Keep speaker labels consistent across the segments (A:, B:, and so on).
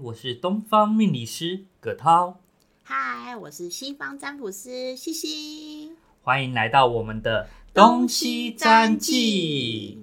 A: 我是东方命理师葛涛，
B: 嗨，我是西方占卜师西西。
A: 欢迎来到我们的
B: 东西占记。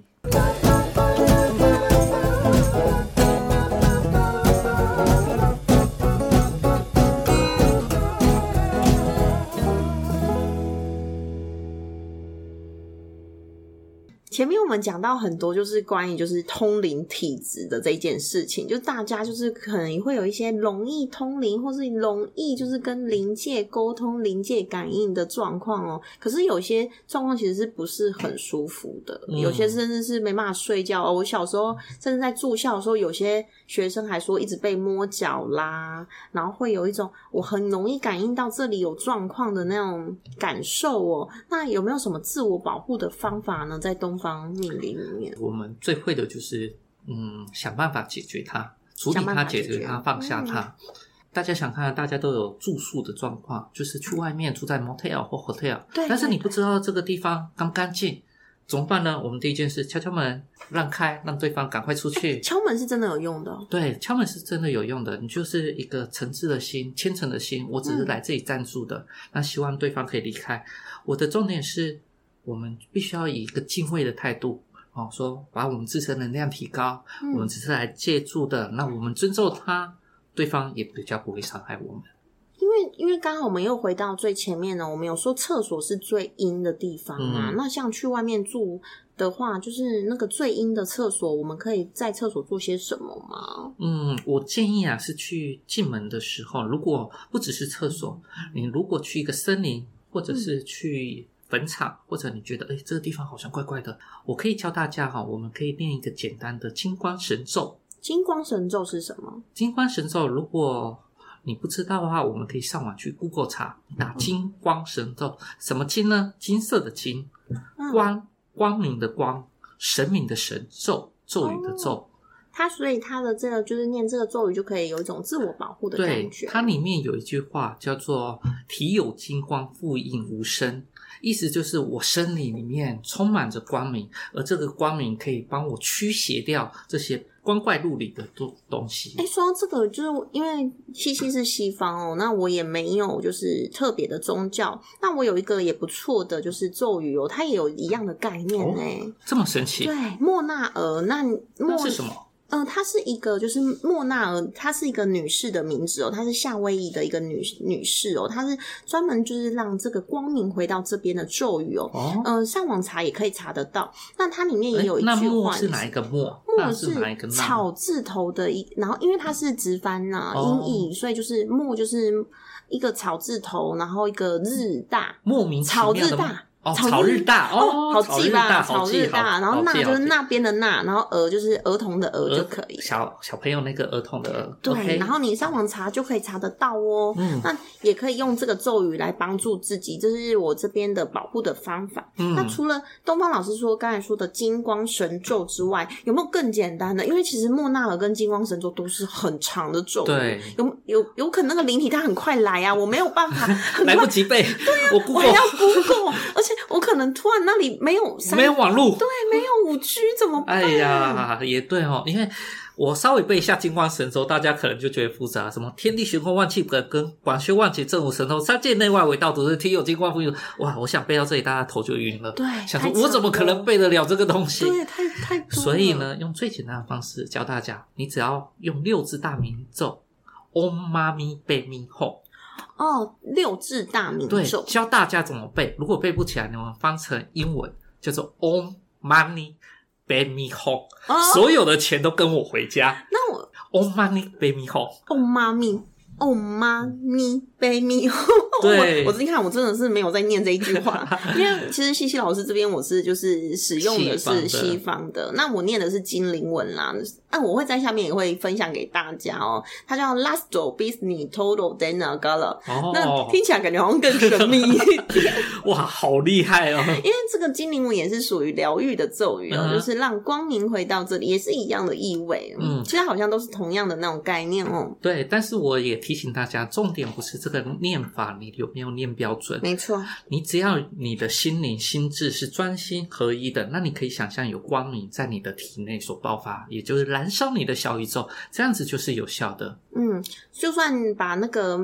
B: 前面我们讲到很多，就是关于就是通灵体质的这一件事情，就大家就是可能会有一些容易通灵，或是容易就是跟灵界沟通、灵界感应的状况哦。可是有些状况其实是不是很舒服的，
A: 嗯
B: 有些甚至是没办法睡觉、哦。我小时候甚至在住校的时候，有些学生还说一直被摸脚啦，然后会有一种我很容易感应到这里有状况的那种感受哦。那有没有什么自我保护的方法呢？在东方命理里面，
A: 我们最会的就是嗯，想办法解决它，处理
B: 想办
A: 它，
B: 法
A: 解
B: 解决嗯
A: 决它，放下它。大家想看看，大家都有住宿的状况，就是去外面住在 motel 或 hotel，
B: 对
A: 但是
B: 对
A: 你不知道这个地方干不干净，怎么办呢？我们第一件事敲敲门，让开，让对方赶快出 去。
B: 敲门是真的有用的哦、
A: 对，敲门是真的有用的。你就是一个诚挚的心、虔诚的心，我只是
B: 嗯
A: 来这里暂住的，那希望对方可以离开。我的重点是，我们必须要以一个敬畏的态度，哦，说把我们自身能量提高，我们
B: 嗯，
A: 只是来借住的，那我们尊重他，对方也比较不会伤害我们。
B: 因为因为刚好我们又回到最前面了，我们有说厕所是最阴的地方啊。
A: 嗯
B: 那像去外面住的话，就是那个最阴的厕所，我们可以在厕所做些什么吗？
A: 嗯，我建议啊，是去进门的时候，如果不只是厕所，你如果去一个森林，或者是去坟场，或者你觉得哎、诶这个地方好像怪怪的，我可以教大家哈、我们可以念一个简单的金光神咒。
B: 金光神咒是什么？
A: 金光神咒，如果你不知道的话，我们可以上网去 Google 查，打金光神咒，什么金呢？金色的金，
B: 嗯，
A: 光光明的光，神明的神咒，咒语的咒。
B: 它所以它的这个就是念这个咒语就可以有一种自我保护的
A: 对
B: 感觉，。
A: 它里面有一句话叫做“体有金光，复应无声”，意思就是我身体里面充满着光明，而这个光明可以帮我驱邪掉这些光怪陆离的东东西
B: 哎、。说到这个，就是因为西西是西方哦，那我也没有就是特别的宗教，那我有一个也不错的就是咒语哦，它也有一样的概念
A: 哦
B: 呢、
A: 这么神奇，
B: 对，莫纳尔，那你莫
A: 那是什么？
B: 嗯、她是一个就是莫纳尔，她是一个女士的名字哦，她是夏威夷的一个女女士哦，她是专门就是让这个光明回到这边的咒语哦。
A: 哦，
B: 嗯、上网查也可以查得到。那它里面也
A: 诶
B: 有一
A: 那
B: 句
A: 墨
B: 话
A: 是哪一个墨？那
B: 木
A: 是哪一个那？
B: 草字头的一，然后因为它是直翻呐、
A: 哦
B: 音译，所以就是木就是一个草字头，然后一个日大，
A: 莫名其妙
B: 草
A: 的
B: 日大
A: 哦，
B: 草日
A: 草日大哦，
B: 哦，好
A: 草
B: 记吧？
A: 大，
B: 草
A: 好
B: 日
A: 记，
B: 大，
A: 好
B: 然后
A: 好
B: 那
A: 记
B: 就是
A: 好记
B: 那边的那，然后儿就是儿童的儿
A: 儿
B: 就可以。
A: 小小朋友那个儿童的儿，
B: 对，
A: OK
B: 然后你上网查就可以查得到哦。
A: 嗯
B: 那也可以用这个咒语来帮助自己，这是我这边的保护的方法。那
A: 嗯，
B: 除了东方老师说刚才说的金光神咒之外，有没有更简单的？因为其实莫纳尔跟金光神咒都是很长的咒语，
A: 对
B: 有有有可能那个灵体它很快来啊，我没有办法，很
A: 来
B: 快
A: 不及背，
B: 啊我
A: 我
B: 还
A: Google
B: 要 Google，而且我可能突然那里没有三
A: 没有网路。
B: 对，没有五 G 怎么办？
A: 哎，呀， 也对哦，因为我稍微背一下金光神咒，大家可能就觉得复杂，什么天地玄空万气本根，广修万劫正武神通，三界内外唯道独尊，天有金光复有。哇，我想背到这里，大家头就晕了，
B: 对，
A: 想
B: 太
A: 说我
B: 长
A: 怎么可能
B: 了？
A: 背得了这个东西？
B: 对，啊太太多了
A: 所以，呢，用最简单的方式教大家，你只要用六字大明咒，Om Mani p a m e Hum。
B: 哦，六字大明
A: 对，
B: 咒，
A: 教大家怎么背。如果背不起来，你们翻成英文叫做 Om Mani p a m e Hum，、
B: 哦，
A: 所有的钱都跟我回家。
B: 那我
A: Om Mani p a m e Hum，
B: 哦妈咪。哦妈咪，baby，
A: 对
B: 我我你看，我真的是没有在念这一句话， 因为其实西西老师这边我是就是使用的是
A: 西
B: 西方的，那我念的是精灵文啦，那我会在下面也会分享给大家哦。它叫 Lasto Bisni Total Dana Gala，那
A: 哦，
B: 听起来感觉好像更神 秘一点。
A: 哇，好厉害哦！
B: 因为这个精灵舞也是属于疗愈的咒语哦，
A: 嗯哼
B: 就是让光明回到这里，也是一样的意味。
A: 嗯
B: 其实好像都是同样的那种概念哦。
A: 对，但是我也提提醒大家，重点不是这个念法你有没有念标准，
B: 没错，
A: 你只要你的心灵、心智是专心合一的，那你可以想象有光明在你的体内所爆发，也就是燃烧你的小宇宙，这样子就是有效的。
B: 嗯，就算把那个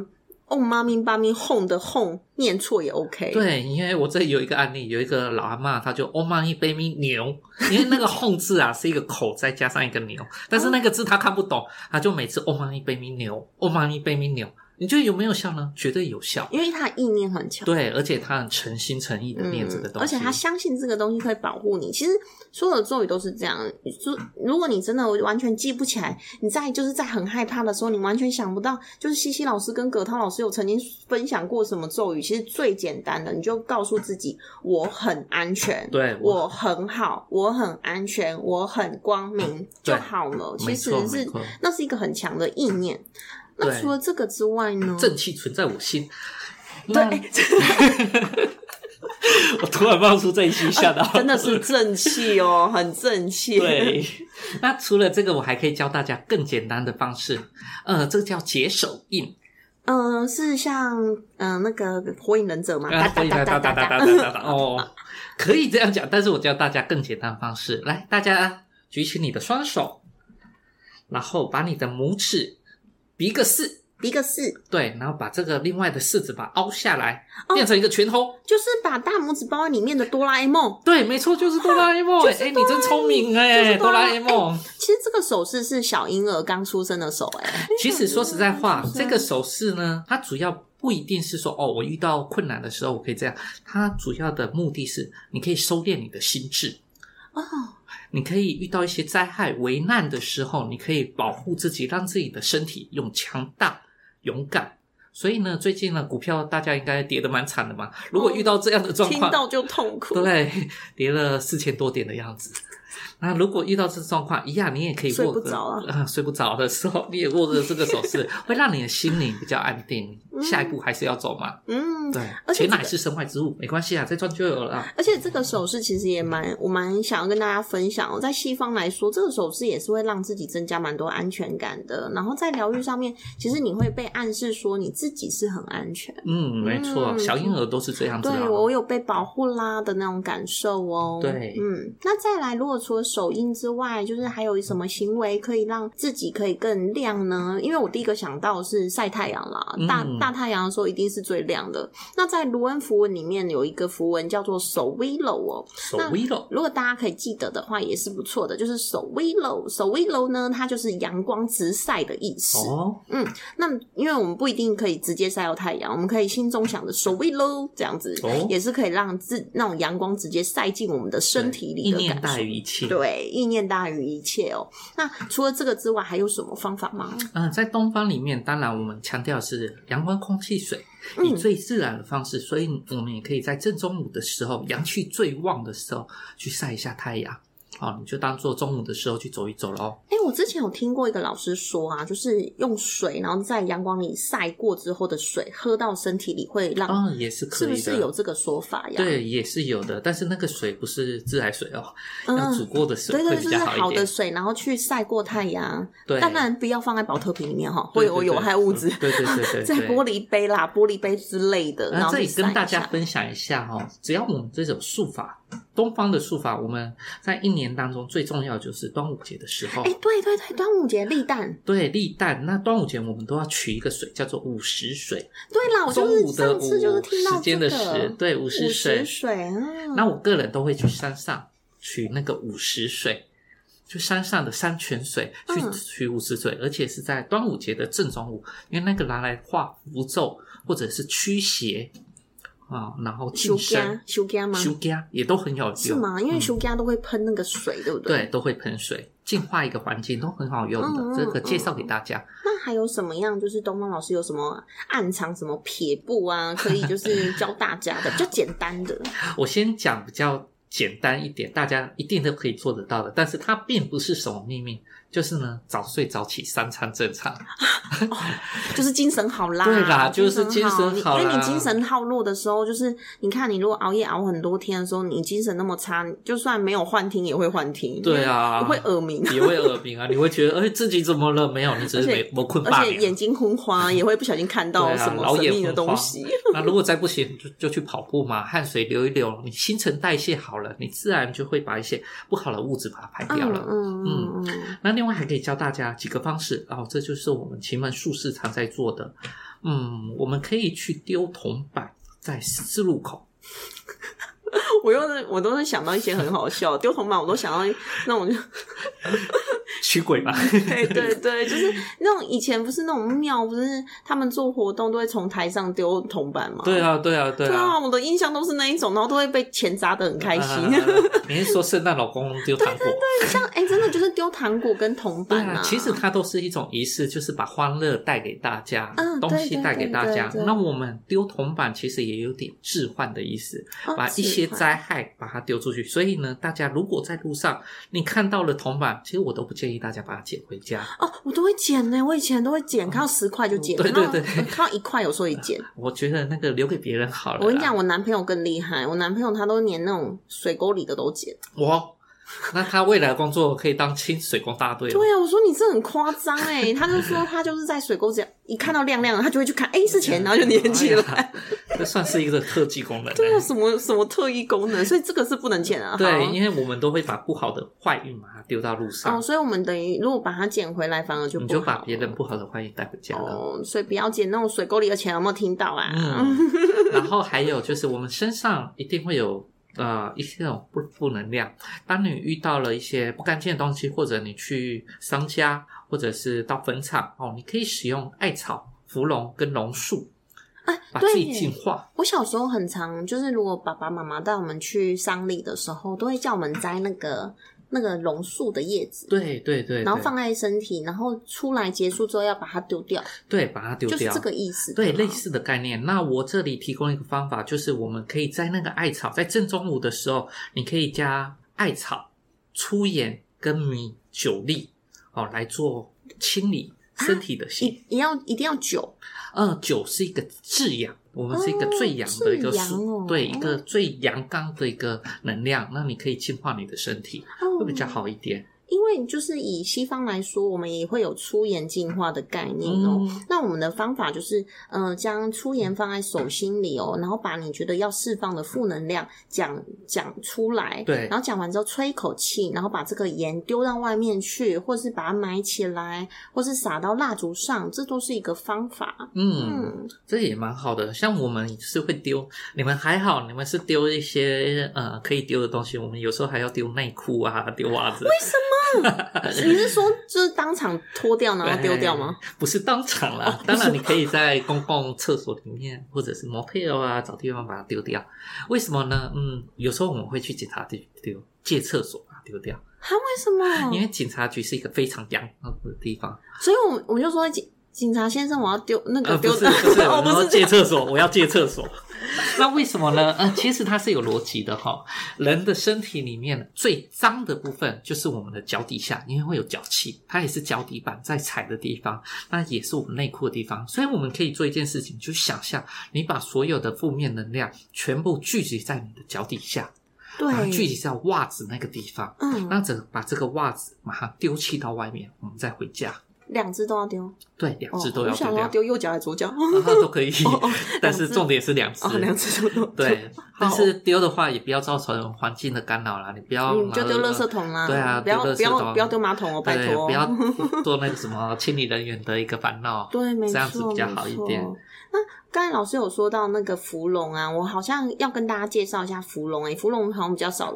B: “on 妈咪巴咪 home” 的 “home” 念错也 OK。，
A: 对，因为我这里有一个案例，有一个老阿嬷，她就欧曼一杯咪牛，因为那个 “home” 字啊是一个口再加上一个牛，但是那个字她看不懂，她就每次欧曼一杯咪牛，欧曼一杯咪牛，你觉得有没有效呢？绝对有效。
B: 因为他的意念很强。
A: 对，而且她很诚心诚意的念这个
B: 嗯
A: 东
B: 而
A: 西，
B: 且他相信这个东西会保护你。其实所有的咒语都是这样，就如果你真的完全记不起来，你在就是在很害怕的时候，你完全想不到，就是西西老师跟葛涛老师有曾经分享过什么咒语。其实最简单的，你就告诉自己我很安全，
A: 对我
B: 我很好，我很安全，我很光明
A: 嗯对
B: 就好了。其
A: 没错
B: 实
A: 没
B: 是
A: 错
B: 那是一个很强的意念。那
A: 对
B: 除了这个之外呢？
A: 正气存在我心。
B: 对，
A: 那 我突然冒出这一句，吓到、
B: 真的是正气哦，很正 气。
A: 对，那除了这个，我还可以教大家更简单的方式，呃，这个叫解手印，
B: 嗯，是像嗯、呃那个火影忍者嘛，
A: 啊，
B: 哒
A: 可以哒哒哒哒哒哒哒，哦，可以这样讲，但是我教大家更简单的方式，来，大家举起你的双手，然后把你的拇指比个四，
B: 比个四，
A: 对，然后把这个另外的四指把它凹下来，变成一个拳头，
B: 就是把大拇指包在里面的哆啦 A 梦。
A: 对，没错，就是哆啦 A 梦，哎、你真聪明哎、
B: 就是哆
A: 哆
B: 啦
A: 啦
B: A
A: A 梦。
B: 其实这个手势是小婴儿刚出生的手、哎，
A: 其实说实在话
B: 嗯，
A: 这个手势呢，它主要不一定是说哦，我遇到困难的时候我可以这样，它主要的目的是你可以收敛你的心智。
B: 哦，
A: 你可以遇到一些灾害、危难的时候，你可以保护自己，让自己的身体用强大、勇敢。所以呢，最近呢，股票大家应该跌得蛮惨的嘛。如果遇到这样的状
B: 听
A: 况，
B: 到就痛苦。
A: 对， 跌了四千多点的样子。那如果遇到这状况，一样你也可以
B: 睡
A: 握
B: 不
A: 着
B: 着啊
A: 啊、睡不着的时候，你也握着这个手势， 会让你的心灵比较安定。下一步还是要走嘛，
B: 嗯，
A: 对，
B: 而且
A: 钱
B: 这
A: 乃是身外之物，没关系啊，再赚就有了啊。
B: 而且这个手势其实也蛮，我蛮想要跟大家分享哦。在西方来说，这个手势也是会让自己增加蛮多安全感的。然后在疗愈上面，其实你会被暗示说你自己是很安全。
A: 嗯，没错，
B: 嗯
A: 小婴儿都是这样子啊
B: 对。我有被保护啦的那种感受哦。
A: 对
B: 嗯，那再来，如果除了手印之外，就是还有什么行为可以让自己可以更亮呢？因为我第一个想到的是晒太阳啦，
A: 嗯
B: 大大太阳的时候一定是最亮的。那在卢恩符文里面有一个符文叫做手微楼哦，
A: 手
B: 那
A: 微了，
B: 如果大家可以记得的话，也是不错的。就是手微楼，手微楼呢，它就是阳光直晒的意思。
A: 哦，
B: 那因为我们不一定可以直接晒到太阳，我们可以心中想着手微喽，这样子、
A: 哦
B: 也是可以让自那种阳光直接晒进我们的身体里
A: 意
B: 的
A: 念
B: 感
A: 大
B: 受。
A: 于一切。
B: 对，意念大于一切哦。那除了这个之外，还有什么方法吗？
A: 嗯，在东方里面，当然我们强调的是阳光、空气、水，以
B: 嗯
A: 最自然的方式，所以我们也可以在正中午的时候，阳气最旺的时候去晒一下太阳。哦，你就当做中午的时候去走一走喽。
B: 哎、我之前有听过一个老师说啊，就是用水，然后在阳光里晒过之后的水喝到身体里会让，
A: 哦，也是可
B: 是
A: 以
B: 不
A: 的。
B: 是有这个说法呀？，
A: 对，也是有的，但是那个水不是自来水哦，要煮
B: 嗯。
A: 过的水
B: 对
A: 会
B: 对，
A: 比
B: 就是
A: 较
B: 好
A: 一
B: 的
A: 点。
B: 水，然后去晒过太阳。
A: 对，
B: 当然不要放在保特瓶里面哈，会
A: 对对
B: 有
A: 对
B: 有害物质。
A: 嗯对对对对对
B: 在玻璃杯啦、玻璃杯之类的，然
A: 那
B: 后
A: 这里
B: 去晒
A: 跟
B: 一
A: 大家
B: 下
A: 分享一下哦，只要我们这种术法，东方的术法，我们在一年当中最重要的就是端午节的时候。
B: 哎、对对对，端午节立蛋，
A: 对，立蛋。那端午节我们都要取一个水，叫做午时水。
B: 对啊啦，我就
A: 中
B: 是
A: 午的
B: 上
A: 午，
B: 次就是听到
A: 时
B: 这
A: 间
B: 个
A: 的时，对，午时
B: 午
A: 水。
B: 时水啊，
A: 那我个人都会去山上取那个午时水，去山上的山泉水去
B: 嗯
A: 取午时水，而且是在端午节的正中午，因为那个拿来画符咒或者是驱邪啊，然后
B: 修
A: 净身
B: 家、修家吗？
A: 修家也都很有用，
B: 是吗？因为
A: 嗯
B: 修家都会喷那个水，对不对？
A: 对，都会喷水，净化一个环境都很好用的，
B: 嗯嗯
A: 这个介绍给大家。
B: 那还有什么样？就是东方老师有什么暗藏什么撇步啊，可以就是教大家 的，比较简单的。
A: 我先讲比较简单一点，大家一定都可以做得到的，但是它并不是什么秘密，就是呢，早睡早起，三餐正常。
B: 嗯就是精神好啦，
A: 对啦就是
B: 精神
A: 精神好啦
B: 你因为你精神耗弱的时候，就是你看你如果熬夜熬很多天的时候，你精神那么差，你就算没有幻听也会幻听，
A: 对，啊，
B: 会耳鸣，
A: 也会耳鸣啊，你会觉得哎、自己怎么了？没有，你只是
B: 而
A: 没没困罢
B: 而且
A: 免啊
B: 眼。睛昏花，也会不小心看
A: 对
B: 到
A: 啊
B: 什么
A: 老
B: 神
A: 眼
B: 秘的
A: 昏花
B: 东西。
A: 那如果再不行，就就去跑步嘛，汗水流一流，你新陈代谢好了，你自然就会把一些不好的物质把它排掉了。
B: 嗯嗯嗯嗯，
A: 那另外还可以教大家几个方式，哦，这就是我们奇门术士常在做的。嗯，我们可以去丢铜板在十字路口，
B: 我又是我都是想到一些很好笑的，丢铜板我都想到那种，
A: 驱鬼吧。
B: 对对对，就是那种以前不是那种庙，不是他们做活动都会从台上丢铜板吗？
A: 对啊，对啊，对
B: 对
A: 啊。
B: 啊，我的印象都是那一种，然后都会被钱砸的很开心。
A: 啊你是说圣诞老公公丢糖果？
B: 像哎、真的就是丢糖果跟铜
A: 对
B: 板
A: 啊，其实它都是一种仪式，就是把欢乐带给大家，
B: 嗯
A: 东西带给大
B: 对对
A: 家
B: 对对。对
A: 那我们丢铜板其实也有点置换的意思，
B: 哦
A: 把一些
B: 是
A: 灾害把它丢出去。所以呢，大家如果在路上你看到了铜板，其实我都不建议大家把它捡回家。
B: 哦，我都会捡呢，我以前都会捡，看到十块就捡，
A: 对对
B: 看到
A: 对
B: 看到一块有时候也捡。
A: 我觉得那个留给别人好了啦。
B: 我跟你讲，我男朋友更厉害，我男朋友他都连那种水沟里的都捡。
A: 我那他未来的工作可以当清水工大队了。
B: 对啊，我说你这很夸张 哎，他就说他就是在水沟只要一看到亮亮的，他就会去看，哎、 是钱，然后就粘起来。
A: 哎呀这算是一个特技功能。欸
B: 对啊，什么什么特异功能，所以这个是不能捡啊。
A: 对，
B: 好
A: 因为我们都会把不好的坏运把它丢到路上
B: 哦，，所以我们等于如果把它捡回来，反而就
A: 你
B: 不
A: 就把
B: 好
A: 别人不好的坏运带回家了。
B: 哦，所以不要捡那种水沟里的钱，有没有听到啊？
A: 嗯，然后还有就是我们身上一定会有呃一些种不负能量。当你遇到了一些不干净的东西，或者你去商家，或者是到坟场哦，你可以使用艾草、芙蓉跟榕树，
B: 哎
A: 把
B: 对
A: 自己
B: 耶
A: 净化。
B: 我小时候很常，就是如果爸爸妈妈带我们去丧礼的时候，都会叫我们摘那个那个榕树的叶子，
A: 对对对，
B: 然后
A: 对
B: 放在身体，然后出来结束之后要把它丢掉，
A: 对，把它丢
B: 就是
A: 掉
B: 这。个意思。
A: 对，
B: 吗
A: 类。似的概念。那我这里提供一个方法，就是我们可以在那个艾草，在正中午的时候，你可以加艾草、粗盐跟米酒粒哦来做清理身体的心。
B: 啊一一要一定要久，
A: 嗯，酒是一个制氧，我们是一个最阳的一个
B: 哦制阳
A: 素，
B: 哦
A: 对，一个最阳刚的一个能量，那你可以净化你的身体，
B: 哦
A: 会比较。好一点。
B: 因为就是以西方来说，我们也会有粗盐净化的概念哦。
A: 嗯，
B: 那我们的方法就是，嗯、将粗盐放在手心里哦，然后把你觉得要释放的负能量讲讲出来，
A: 对
B: 然后讲完之后吹一口气，然后把这个盐丢到外面去，或是把它埋起来，或是撒到蜡烛上，这都是一个方法。
A: 嗯，
B: 嗯，
A: 这也蛮好的。像我们是会丢，你们还好，你们是丢一些呃可以丢的东西，我们有时候还要丢内裤啊，丢袜子。为什
B: 你是说就是当场脱掉然后丢掉吗？？
A: 哎
B: 哦
A: 不是当场啦，当然你可以在公共厕所里面或者是 motel 啊找地方把它丢掉。为什么呢？嗯，有时候我们会去警察局丢，借厕所把它丢掉，
B: 啊，为什么？
A: 因为警察局是一个非常阳光的地方。
B: 所以我我就说警警察先生，我要丢那个
A: 呃，不
B: 丢，
A: 是不是，
B: 哦
A: 我们
B: 不
A: 要
B: 是这
A: 借
B: 样
A: 厕所，我要借厕所。 那为什么呢？呃，其实它是有逻辑的哈、人的身体里面最脏的部分就是我们的脚底下，因为会有脚气，它也是脚底板在踩的地方，那也是我们内裤的地方。所以我们可以做一件事情，就是想象你把所有的负面能量全部聚集在你的脚底下，把它聚
B: 对，
A: 集在袜子那个地方，
B: 嗯，
A: 那这把这个袜子马上丢弃到外面，我们再回家。
B: 两只都要丢，
A: 对，两
B: 哦
A: 只都
B: 我
A: 要
B: 想
A: 丢
B: 我
A: 掉
B: 要。丢右脚还是左脚？
A: 啊那都 可以
B: 哦哦，
A: 但是
B: 两只
A: 重点是两只
B: 哦，。两只都丢。
A: 对，但是丢的话也不要造成环境的干扰啦，你不要
B: 嗯，就
A: 拿
B: 丢
A: 了
B: 垃圾桶啦。
A: 对啊
B: 不要
A: 丢垃圾
B: 不
A: 桶
B: 要不要丢马桶哦，拜
A: 对，
B: 托。
A: 不要做那个什么清理人员的一个烦恼。
B: 对，没错，
A: 这样子比较好一点
B: 没错。那刚才老师有说到那个芙蓉啊，我好像要跟大家介绍一下芙蓉诶、欸芙蓉好像比较少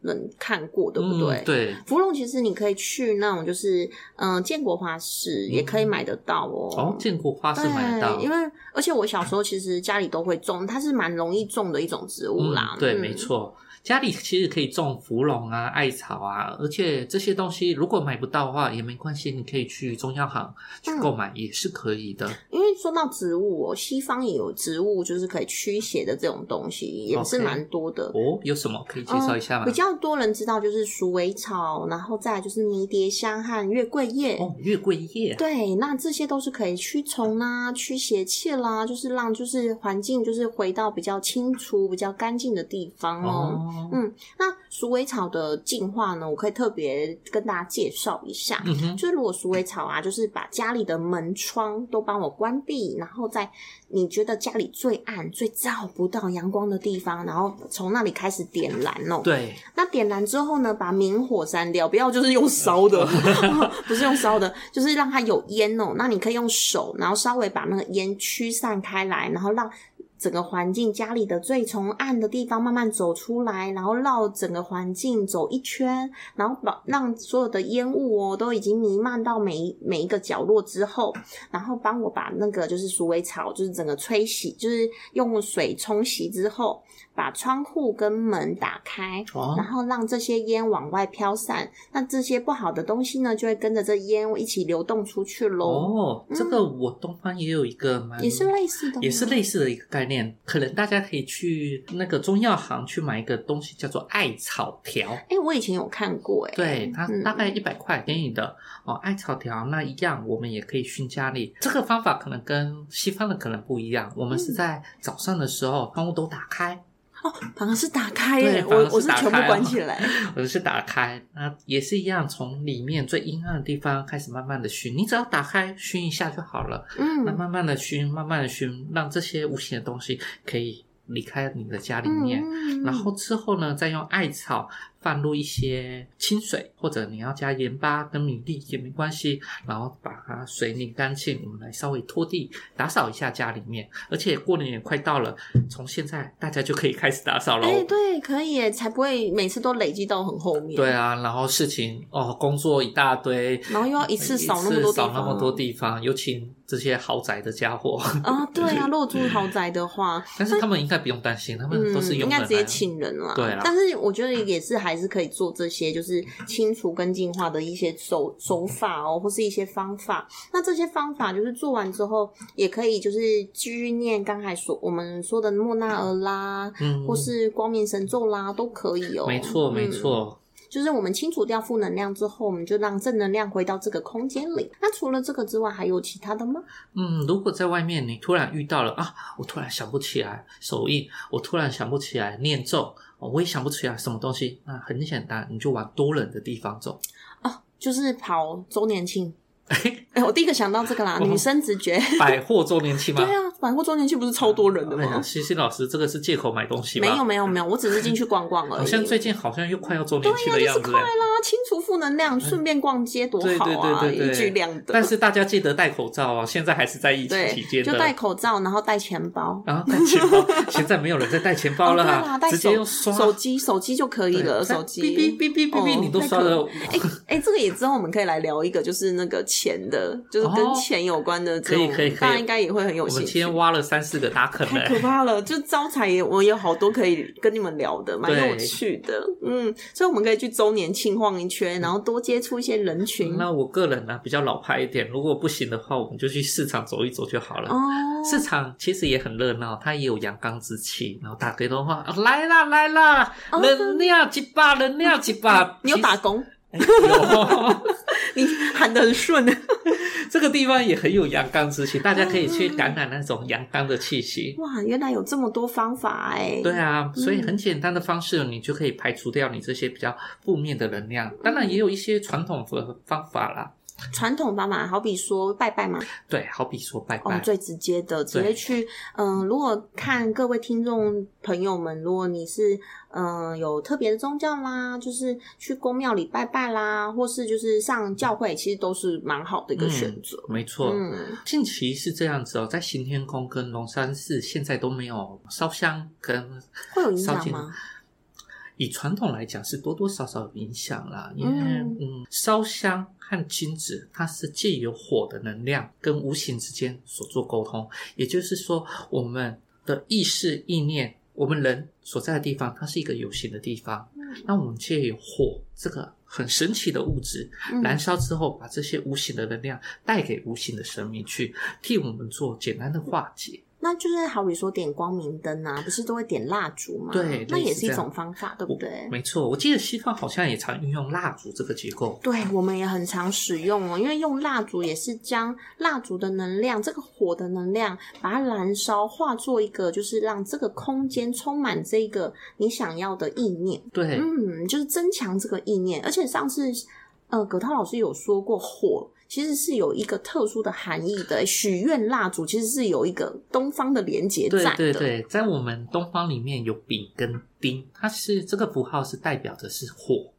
B: 人看过，对不对？
A: 嗯，对，
B: 芙蓉其实你可以去那种就是嗯、呃建国花市也可以买得到
A: 嗯哦，建国花市买得到
B: 对，，因为而且我小时候其实家里都会种，它是蛮容易种的一种植物啦。
A: 嗯，对，
B: 嗯
A: 没。错。家里其实可以种芙蓉啊、艾草啊，而且这些东西如果买不到的话也没关系，你可以去中药行去
B: 嗯
A: 购买也是可以的。
B: 因为说到植物哦，西方也有植物就是可以驱邪的这种东西，也是
A: OK
B: 蛮多的。呃
A: 哦，有什么可以介绍一下吗
B: 比？较较多人知道就是鼠尾草，然后再来就是迷迭香和月桂叶。
A: 哦，月桂叶，
B: 对，那这些都是可以驱虫啦、驱邪气啦，就是让就是环境就是回到比较清除、比较干净的地方哦。
A: 哦，
B: 嗯那鼠尾草的进化呢，我可以特别跟大家介绍一下。
A: 嗯哼，
B: 就是如果鼠尾草啊，就是把家里的门窗都帮我关闭，然后在你觉得家里最暗、最照不到阳光的地方，然后从那里开始点燃哦。
A: 对，
B: 那点燃之后呢，把明火删掉，不要就是用烧的，不是用烧的，就是让它有烟哦。那你可以用手，然后稍微把那个烟驱散开来，然后让整个环境家里的最从暗的地方慢慢走出来，然后绕整个环境走一圈，然后把让所有的烟雾哦都已经弥漫到每一每一个角落之后，然后帮我把那个就是鼠尾草，就是整个吹洗，就是用水冲洗之后，把窗户跟门打开，
A: 哦
B: 然，后让这些烟往外飘散，那这些不好的东西呢，就会跟着这烟一起流动出去喽。
A: 哦，这个我东方也有一个蛮，
B: 嗯也是类似的吗，
A: 也是类似的一个概念，可能大家可以去那个中药行去买一个东西，叫做艾草条。
B: 哎、我以前有看过、哎，
A: 对，它
B: 嗯
A: 大概一百块，便宜的哦。艾草条那一样，我们也可以熏家里。这个方法可能跟西方的可能不一样，我们是
B: 嗯
A: 在早上的时候窗户都打开，
B: 反而是打开
A: 对
B: 耶、
A: 反
B: 我
A: 而是
B: 我是
A: 打
B: 全部
A: 开哦
B: 关起来，
A: 我是打开，那也是一样，从里面最阴暗的地方开始慢慢的熏，你只要打开熏一下就好了。那
B: 嗯。
A: 慢慢的熏，慢慢的熏，让这些无形的东西可以离开你的家里面。
B: 嗯，
A: 然后之后呢，再用艾草放入一些清水，或者你要加盐巴跟米粒也没关系，然后把它水拧干净，我们来稍微拖地打扫一下家里面。而且过年也快到了，从现在大家就可以开始打扫喽。
B: 哎、对，可以耶，才不会每次都累积到很后面。
A: 对，啊，然后事情哦，工作一大堆，
B: 然后又要一次扫那么
A: 一
B: 多
A: 次
B: 地
A: 扫
B: 方，
A: 那么多地方，尤其这些豪宅的家伙，
B: 啊！对啊，如果住豪宅的话，
A: 但是他们应该不用担心，他们
B: 嗯
A: 都是，
B: 应
A: 用
B: 该直
A: 人
B: 接
A: 来啊
B: 请人啦。
A: 对啦嗯
B: 但是我觉得也是还是可以做这些，就是清除跟净化的一些手手法哦，或是一些方法。那这些方法就是做完之后，也可以就是继续念刚才所我们说的莫纳尔啦，
A: 嗯，
B: 或是光明神咒啦，都可以哦。
A: 没错没
B: 嗯
A: 错，
B: 就是我们清除掉负能量之后，我们就让正能量回到这个空间里。那除了这个之外，还有其他的吗？
A: 嗯，如果在外面你突然遇到了啊，我突然想不起来手印，我突然想不起来念咒，哦我也想不起来什么东西，那很简单，你就往多人的地方走。
B: 哦，就是跑周年 庆。哎、我第一个想到这个啦，
A: 哦
B: 女生直觉。
A: 百货周年庆吗？
B: 对 啊，百货周年庆不是超多人的
A: 哎呀
B: 吗？
A: 西西老师，这个是借口买东
B: 啊
A: 西
B: 没
A: 吧？
B: 有没有没有，我只是进去逛逛而已。
A: 好像最近好像又快要周年庆的
B: 对呀
A: 样
B: 就
A: 子、
B: 是快 啦，清除负能量，顺便逛街多好啊，
A: 哎对对对对对
B: 一举两得。
A: 但是大家记得戴口罩哦，现在还是在疫情期
B: 对，
A: 间的
B: 就。戴口罩，然后带钱包。
A: 然后带钱包，现在没有人在带钱包
B: 哦，
A: 了
B: 对啦，
A: 啊，
B: 带
A: 直接
B: 手
A: 用刷
B: 手机，手机就可以
A: 对
B: 了，
A: 在
B: 手机。
A: 哔哔哔哔哔
B: 哦
A: 哔，你都刷了。
B: 哎哎，这个也之后我们可以来聊一个，就是那个钱的，就是
A: 哦
B: 跟钱有关的这种，
A: 可以可以可以
B: 大家应该也会很有
A: 我们
B: 兴
A: 今
B: 趣
A: 天。挖了三四个大坑
B: 太
A: 嘞
B: 可，怕了！就招财也，我有好多可以跟你们聊的，蛮
A: 对
B: 有趣的。嗯，所以我们可以去周年庆晃一圈，然后多接触一些人群。
A: 那我个人呢、比较老派一点，如果不行的话，我们就去市场走一走就好了。
B: 哦，
A: 市场其实也很热闹，它也有阳刚之气，然后打给电话、啊来啦来啦，
B: 哦
A: 能量几把，能量几 把。
B: 你有打 工，
A: 其实？有哦
B: 你喊的很顺。
A: 这个地方也很有阳刚之气，大家可
B: 哦
A: 以去感染那种阳刚的气息。
B: 哇，原来有这么多方法哎、
A: 对啊，所以很简单的方式，你就可以排除掉你这些比较负面的能量。当然也有一些传统的方法啦，
B: 传统方法，好比说拜拜嘛，
A: 对，好比说拜
B: 哦
A: 拜，，
B: 最直接的，直
A: 对
B: 接去，嗯、如果看各位听众朋友们，如果你是嗯、呃有特别的宗教啦，就是去公庙里拜拜啦，或是就是上教会，其实都是蛮好的一个选择。
A: 嗯没错。
B: 嗯，
A: 近期是这样子哦，在行天宫跟龙山寺现在都没有烧香跟
B: 会有影
A: 烧
B: 响
A: 金
B: 吗？
A: 以传统来讲是多多少少有影响啦，因为
B: 嗯
A: 嗯，烧香和金纸它是借由火的能量跟无形之间所做沟通，也就是说我们的意识意念，我们人所在的地方，它是一个有形的地方，
B: 嗯
A: 那我们借由火这个很神奇的物质，
B: 嗯
A: 燃烧之后，把这些无形的能量带给无形的神明去，替我们做简单的化解。
B: 那就是好比说点光明灯啊，不是都会点蜡烛吗？
A: 对
B: 那也
A: 类似
B: 是一
A: 这样
B: 种方法，对不对？
A: 没错，我记得西方好像也常运用蜡烛这个结构。
B: 对，我们也很常使用哦，因为用蜡烛也是将蜡烛的能量，这个火的能量，把它燃烧，化作一个，就是让这个空间充满这个你想要的意念。
A: 对，
B: 嗯，就是增强这个意念。而且上次，呃，葛涛老师有说过，火其实是有一个特殊的含义的。许愿蜡烛其实是有一个东方的连接在
A: 对
B: 的。
A: 对对，在我们东方里面有丙跟丁，它是这个符号是代表的是火。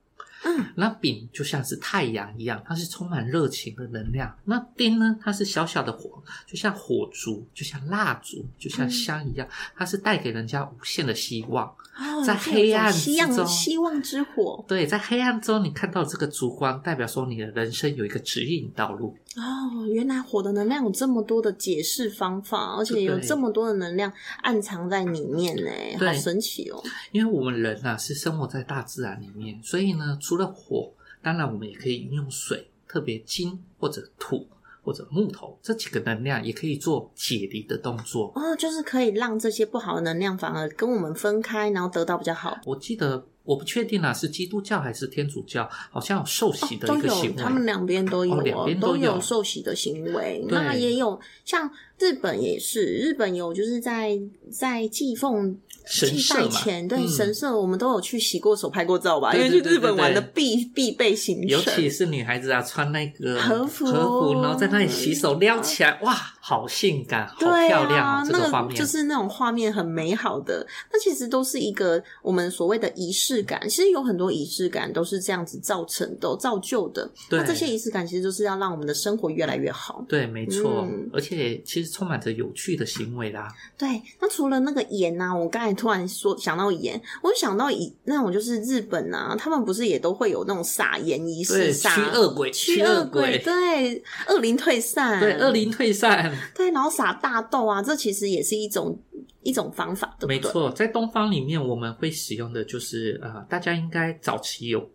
B: 嗯，
A: 那丙就像是太阳一样，它是充满热情的能量。那丁呢，它是小小的火，就像火烛，就像蜡烛，
B: 嗯
A: 就像香一样，它是带给人家无限的希望。
B: 哦
A: 在
B: 这
A: 黑
B: 有种
A: 暗
B: 希
A: 之
B: 望
A: 中
B: 希望之火
A: 对，在黑暗中你看到这个烛光，代表说你的人生有一个指引道路。
B: 哦，原来火的能量有这么多的解释方法，而且有
A: 对
B: 这么多的能量暗藏在里面呢，好
A: 对
B: 神奇哦。
A: 因为我们人啊是生活在大自然里面，所以呢，除了火，当然我们也可以运用水，特别金或者土或者木头这几个能量，也可以做解离的动作。
B: 哦，就是可以让这些不好的能量反而跟我们分开，然后得到比较好。
A: 我记得我不确定啊，是基督教还是天主教，好像有受洗的
B: 哦都
A: 一个
B: 有，
A: 行
B: 他们
A: 为。
B: 两边都有、
A: 哦两边都
B: 都有
A: 有
B: 受洗的行为。
A: 对
B: 那也有像日本也是，日本有就是在在祭奉
A: 神
B: 祭
A: 社
B: 拜
A: 嘛
B: 前，对、
A: 嗯
B: 神社，我们都有去洗过手、拍过照吧，
A: 对对
B: 因为去
A: 对对
B: 日本玩的
A: 对
B: 必必备行
A: 尤
B: 程
A: 其。是女孩子啊，穿那个
B: 和服
A: 和服，然后在那里洗手撩起来，哇，好性感，好
B: 对
A: 漂亮
B: 啊
A: 哦！，这
B: 那
A: 方
B: 个
A: 面
B: 就是那种画面很美好的，那其实都是一个我们所谓的仪式感。其实有很多仪式感都是这样子造成的、造就的。
A: 对
B: 那这些仪式感其实就是要让我们的生活越来越好。
A: 对，没错，
B: 嗯
A: 而且其实充满着有趣的行为啦。
B: 对，那除了那个盐啊，我刚才突然说想到盐，我就想到以那种就是日本啊，他们不是也都会有那种撒盐仪式，
A: 对，
B: 撒
A: 驱恶鬼，
B: 驱
A: 恶
B: 恶鬼，对，恶灵退散，
A: 对，恶灵退散，
B: 对，然后撒大豆啊，这其实也是一种一种方法，对
A: 没
B: 不对？
A: 错，在东方里面我们会使用的就是呃，大家应该早期有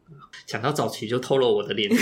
A: 讲到早期就透露我的年纪，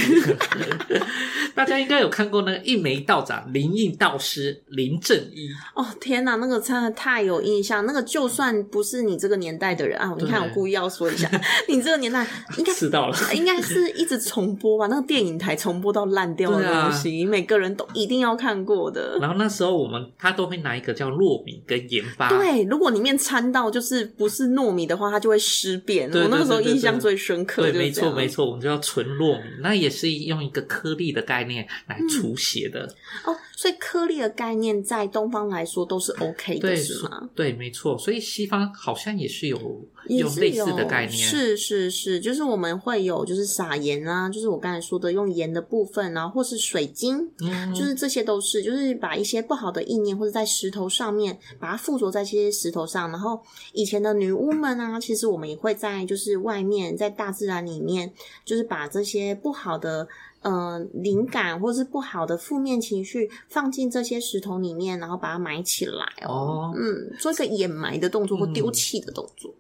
A: 大家应该有看过那个一眉道长、灵印道师林正一，
B: 哦，天哪，那个真的太有印象，那个就算不是你这个年代的人啊，你看
A: 对
B: 我故意要说一下， 你这个年代应该
A: 吃到了。
B: 应该是一直重播吧，那个电影台重播到烂掉的
A: 对啊
B: 东西，每个人都一定要看过的。
A: 然后那时候我们他都会拿一个叫糯米跟盐巴，
B: 对，如果里面掺到就是不是糯米的话，它就会尸变。
A: 对
B: 我那
A: 对
B: 个时候
A: 对对
B: 印象
A: 对
B: 最深刻
A: 对，
B: 就是
A: 没
B: 这
A: 错
B: 样
A: 没。错，我们就要纯糯米，那也是用一个颗粒的概念来
B: 嗯
A: 除邪的。
B: 哦，所以颗粒的概念在东方来说都是 OK 的，
A: 对，
B: 是
A: 所
B: 吗？
A: 对，没错。所以西方好像也是有
B: 也
A: 用
B: 是
A: 类似的
B: 有
A: 概念，
B: 是是是，就是我们会有就是撒盐啊，就是我刚才说的用盐的部分，然后或是水晶，
A: 嗯，
B: 就是这些都是，就是把一些不好的意念或者在石头上面，把它附着在这些石头上。然后以前的女巫们啊，其实我们也会在就是外面，在大自然里面，就是把这些不好的呃灵感或是不好的负面情绪放进这些石头里面，然后把它埋起来哦。
A: 哦。
B: 嗯，做一个掩埋的动作或
A: 嗯
B: 丢弃的动作。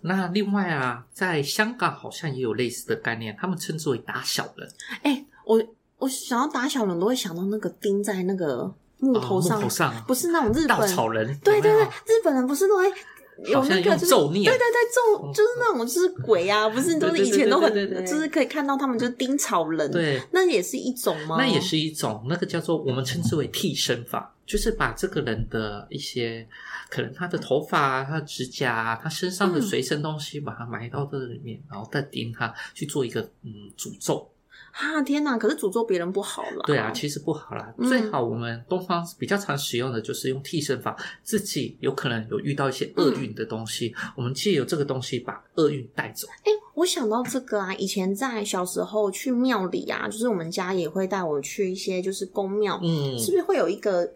A: 那另外啊，在香港好像也有类似的概念，他们称之为打小人，
B: 哎、我我想要打小人，都会想到那个钉在那个木
A: 哦
B: 头上，
A: 木头上
B: 不是那种日
A: 稻
B: 本
A: 草人，
B: 对
A: 有没
B: 对
A: 有
B: 对，日本人不是都会有
A: 好像
B: 那个就
A: 用
B: 是
A: 咒
B: 对
A: 念
B: 对对咒
A: 嗯
B: 就是那种就是鬼啊，不是都是
A: 对对
B: 以前都
A: 对对对
B: 很
A: 对
B: 就是可以看到他们就是丁草人，
A: 对
B: 那也是一种吗？
A: 那也是一种，那个叫做我们称之为替身法，就是把这个人的一些可能他的头发啊、他的指甲啊、他身上的
B: 嗯
A: 随身东西，把它埋到这里面，然后再盯他去做一个嗯诅咒。
B: 啊天哪！可是诅咒别人不好哦啦。
A: 对啊，其实不好啦，
B: 嗯
A: 最好我们东方比较常使用的就是用替身法，自己有可能有遇到一些厄运的东西，
B: 嗯
A: 我们借由这个东西把厄运带走。
B: 哎、我想到这个啊，以前在小时候去庙里啊，就是我们家也会带我去一些就是宫庙，
A: 嗯，
B: 是不是会有一个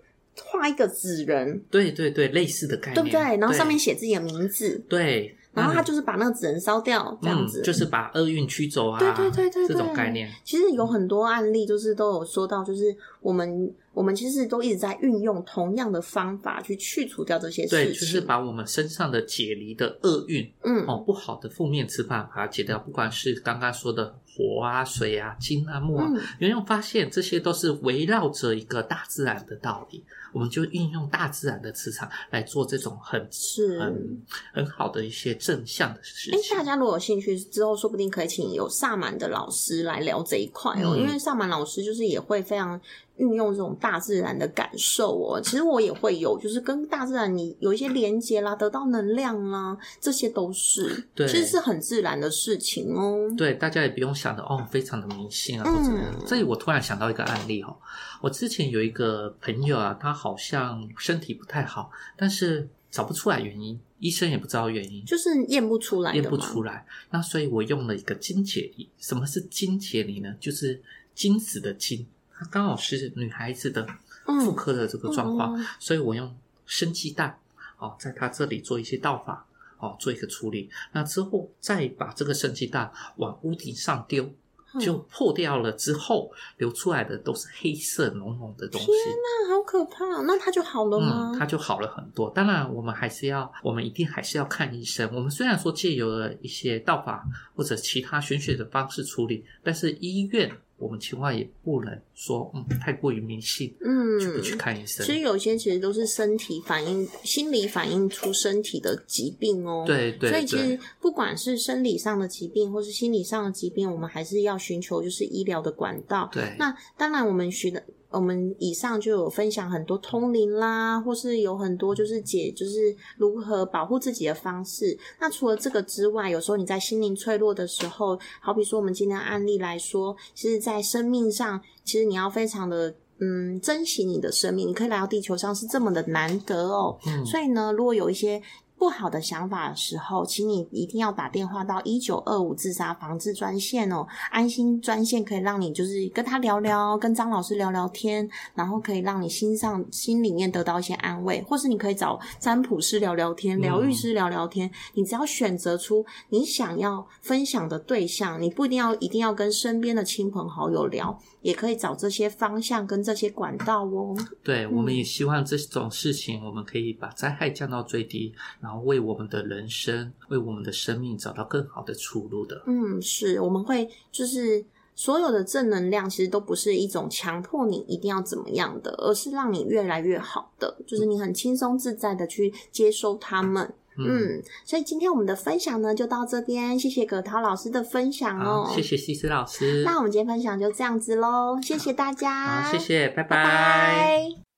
B: 画一个纸人，
A: 对对对，类似的概念，
B: 对不对？然后上面写自己的名字，
A: 对，
B: 然后他
A: 嗯
B: 就是把那个纸人烧掉，这样子、
A: 嗯、就是把厄运驱走啊，
B: 对对对对对
A: 这种概念。
B: 其实有很多案例，就是都有说到，就是我们我们其实都一直在运用同样的方法去去除掉这些事情。
A: 对，就是把哦我们身上的解离的厄运
B: 嗯，
A: 哦，不好的负面磁法把它解掉，不管是刚刚说的火啊、水啊、金啊、木啊，
B: 嗯
A: 远远发现这些都是围绕着一个大自然的道理，我们就运用大自然的磁场来做这种很
B: 是。
A: 很很好的一些正向的事
B: 哎，
A: 情
B: 大。家如果有兴趣，之后说不定可以请有萨满的老师来聊这一块哦，
A: 嗯
B: 因为萨满老师就是也会非常运用这种大自然的感受哦。其实我也会有，就是跟大自然你有一些连接啦，得到能量啦，这些都是，
A: 对
B: 其实是很自然的事情哦。
A: 对，大家也不用想的哦，非常的迷信啊，
B: 嗯
A: 或者这里我突然想到一个案例哦，我之前有一个朋友啊，他好像身体不太好，但是找不出来原因，医生也不知道原因，
B: 就是验不出来的
A: 验
B: 嘛，
A: 不出来。那所以我用了一个金解离。什么是金解离呢？就是精子的精，它刚好是女孩子的
B: 嗯
A: 妇科的这个状况，
B: 嗯
A: 所以我用生鸡蛋哦，在它这里做一些倒法哦，做一个处理。那之后再把这个生鸡蛋往屋顶上丢。
B: 嗯
A: 就破掉了之后，流出来的都是黑色浓浓的东西。
B: 那好可怕哦，那他就好了吗？
A: 嗯，它就好了很多。当然，我们还是要，我们一定还是要看医生。我们虽然说借由了一些道法或者其他玄学的方式处理，但是医院我们千万也不能说，嗯，太过于迷信，
B: 嗯，
A: 去不去看医生？
B: 其实有些其实都是身体反应、心理反映出身体的疾病哦。。
A: 对
B: 所
A: 对
B: 以其
A: 对
B: 实不管是生理上的疾病，或是心理上的疾病，我们还是要寻求就是医疗的管道。
A: 对，
B: 那当然，我们学的，我们以上就有分享很多通灵啦，或是有很多就是解，就是如何保护自己的方式。那除了这个之外，有时候你在心灵脆弱的时候，好比说我们今天的案例来说，其实，在生命上，其实你要非常的。嗯，珍惜你的生命，你可以来到地球上是这么的难得哦。
A: 嗯，
B: 所以呢，如果有一些不好的想法的时候，请你一定要打电话到一九二五自杀防治专线哦，安心专线可以让你就是跟他聊聊，跟张老师聊聊天，然后可以让你心上心里面得到一些安慰，或是你可以找占卜师聊聊天，
A: 嗯
B: 疗愈师聊聊天。你只要选择出你想要分享的对象，你不一定要一定要跟身边的亲朋好友聊，也可以找这些方向跟这些管道哦。
A: 对，
B: 嗯
A: 我们也希望这种事情，我们可以把灾害降到最低，然后为我们的人生、为我们的生命找到更好的出路的。
B: 嗯，是我们会就是所有的正能量，其实都不是一种强迫你一定要怎么样的，而是让你越来越好的，就是你很轻松自在的去接收它们。
A: 嗯，
B: 嗯，所以今天我们的分享呢就到这边，谢谢葛涛老师的分享哦。
A: 好，谢。谢西施老师，
B: 那我们今天分享就这样子喽，谢谢大家，
A: 好，谢，谢，拜
B: 拜拜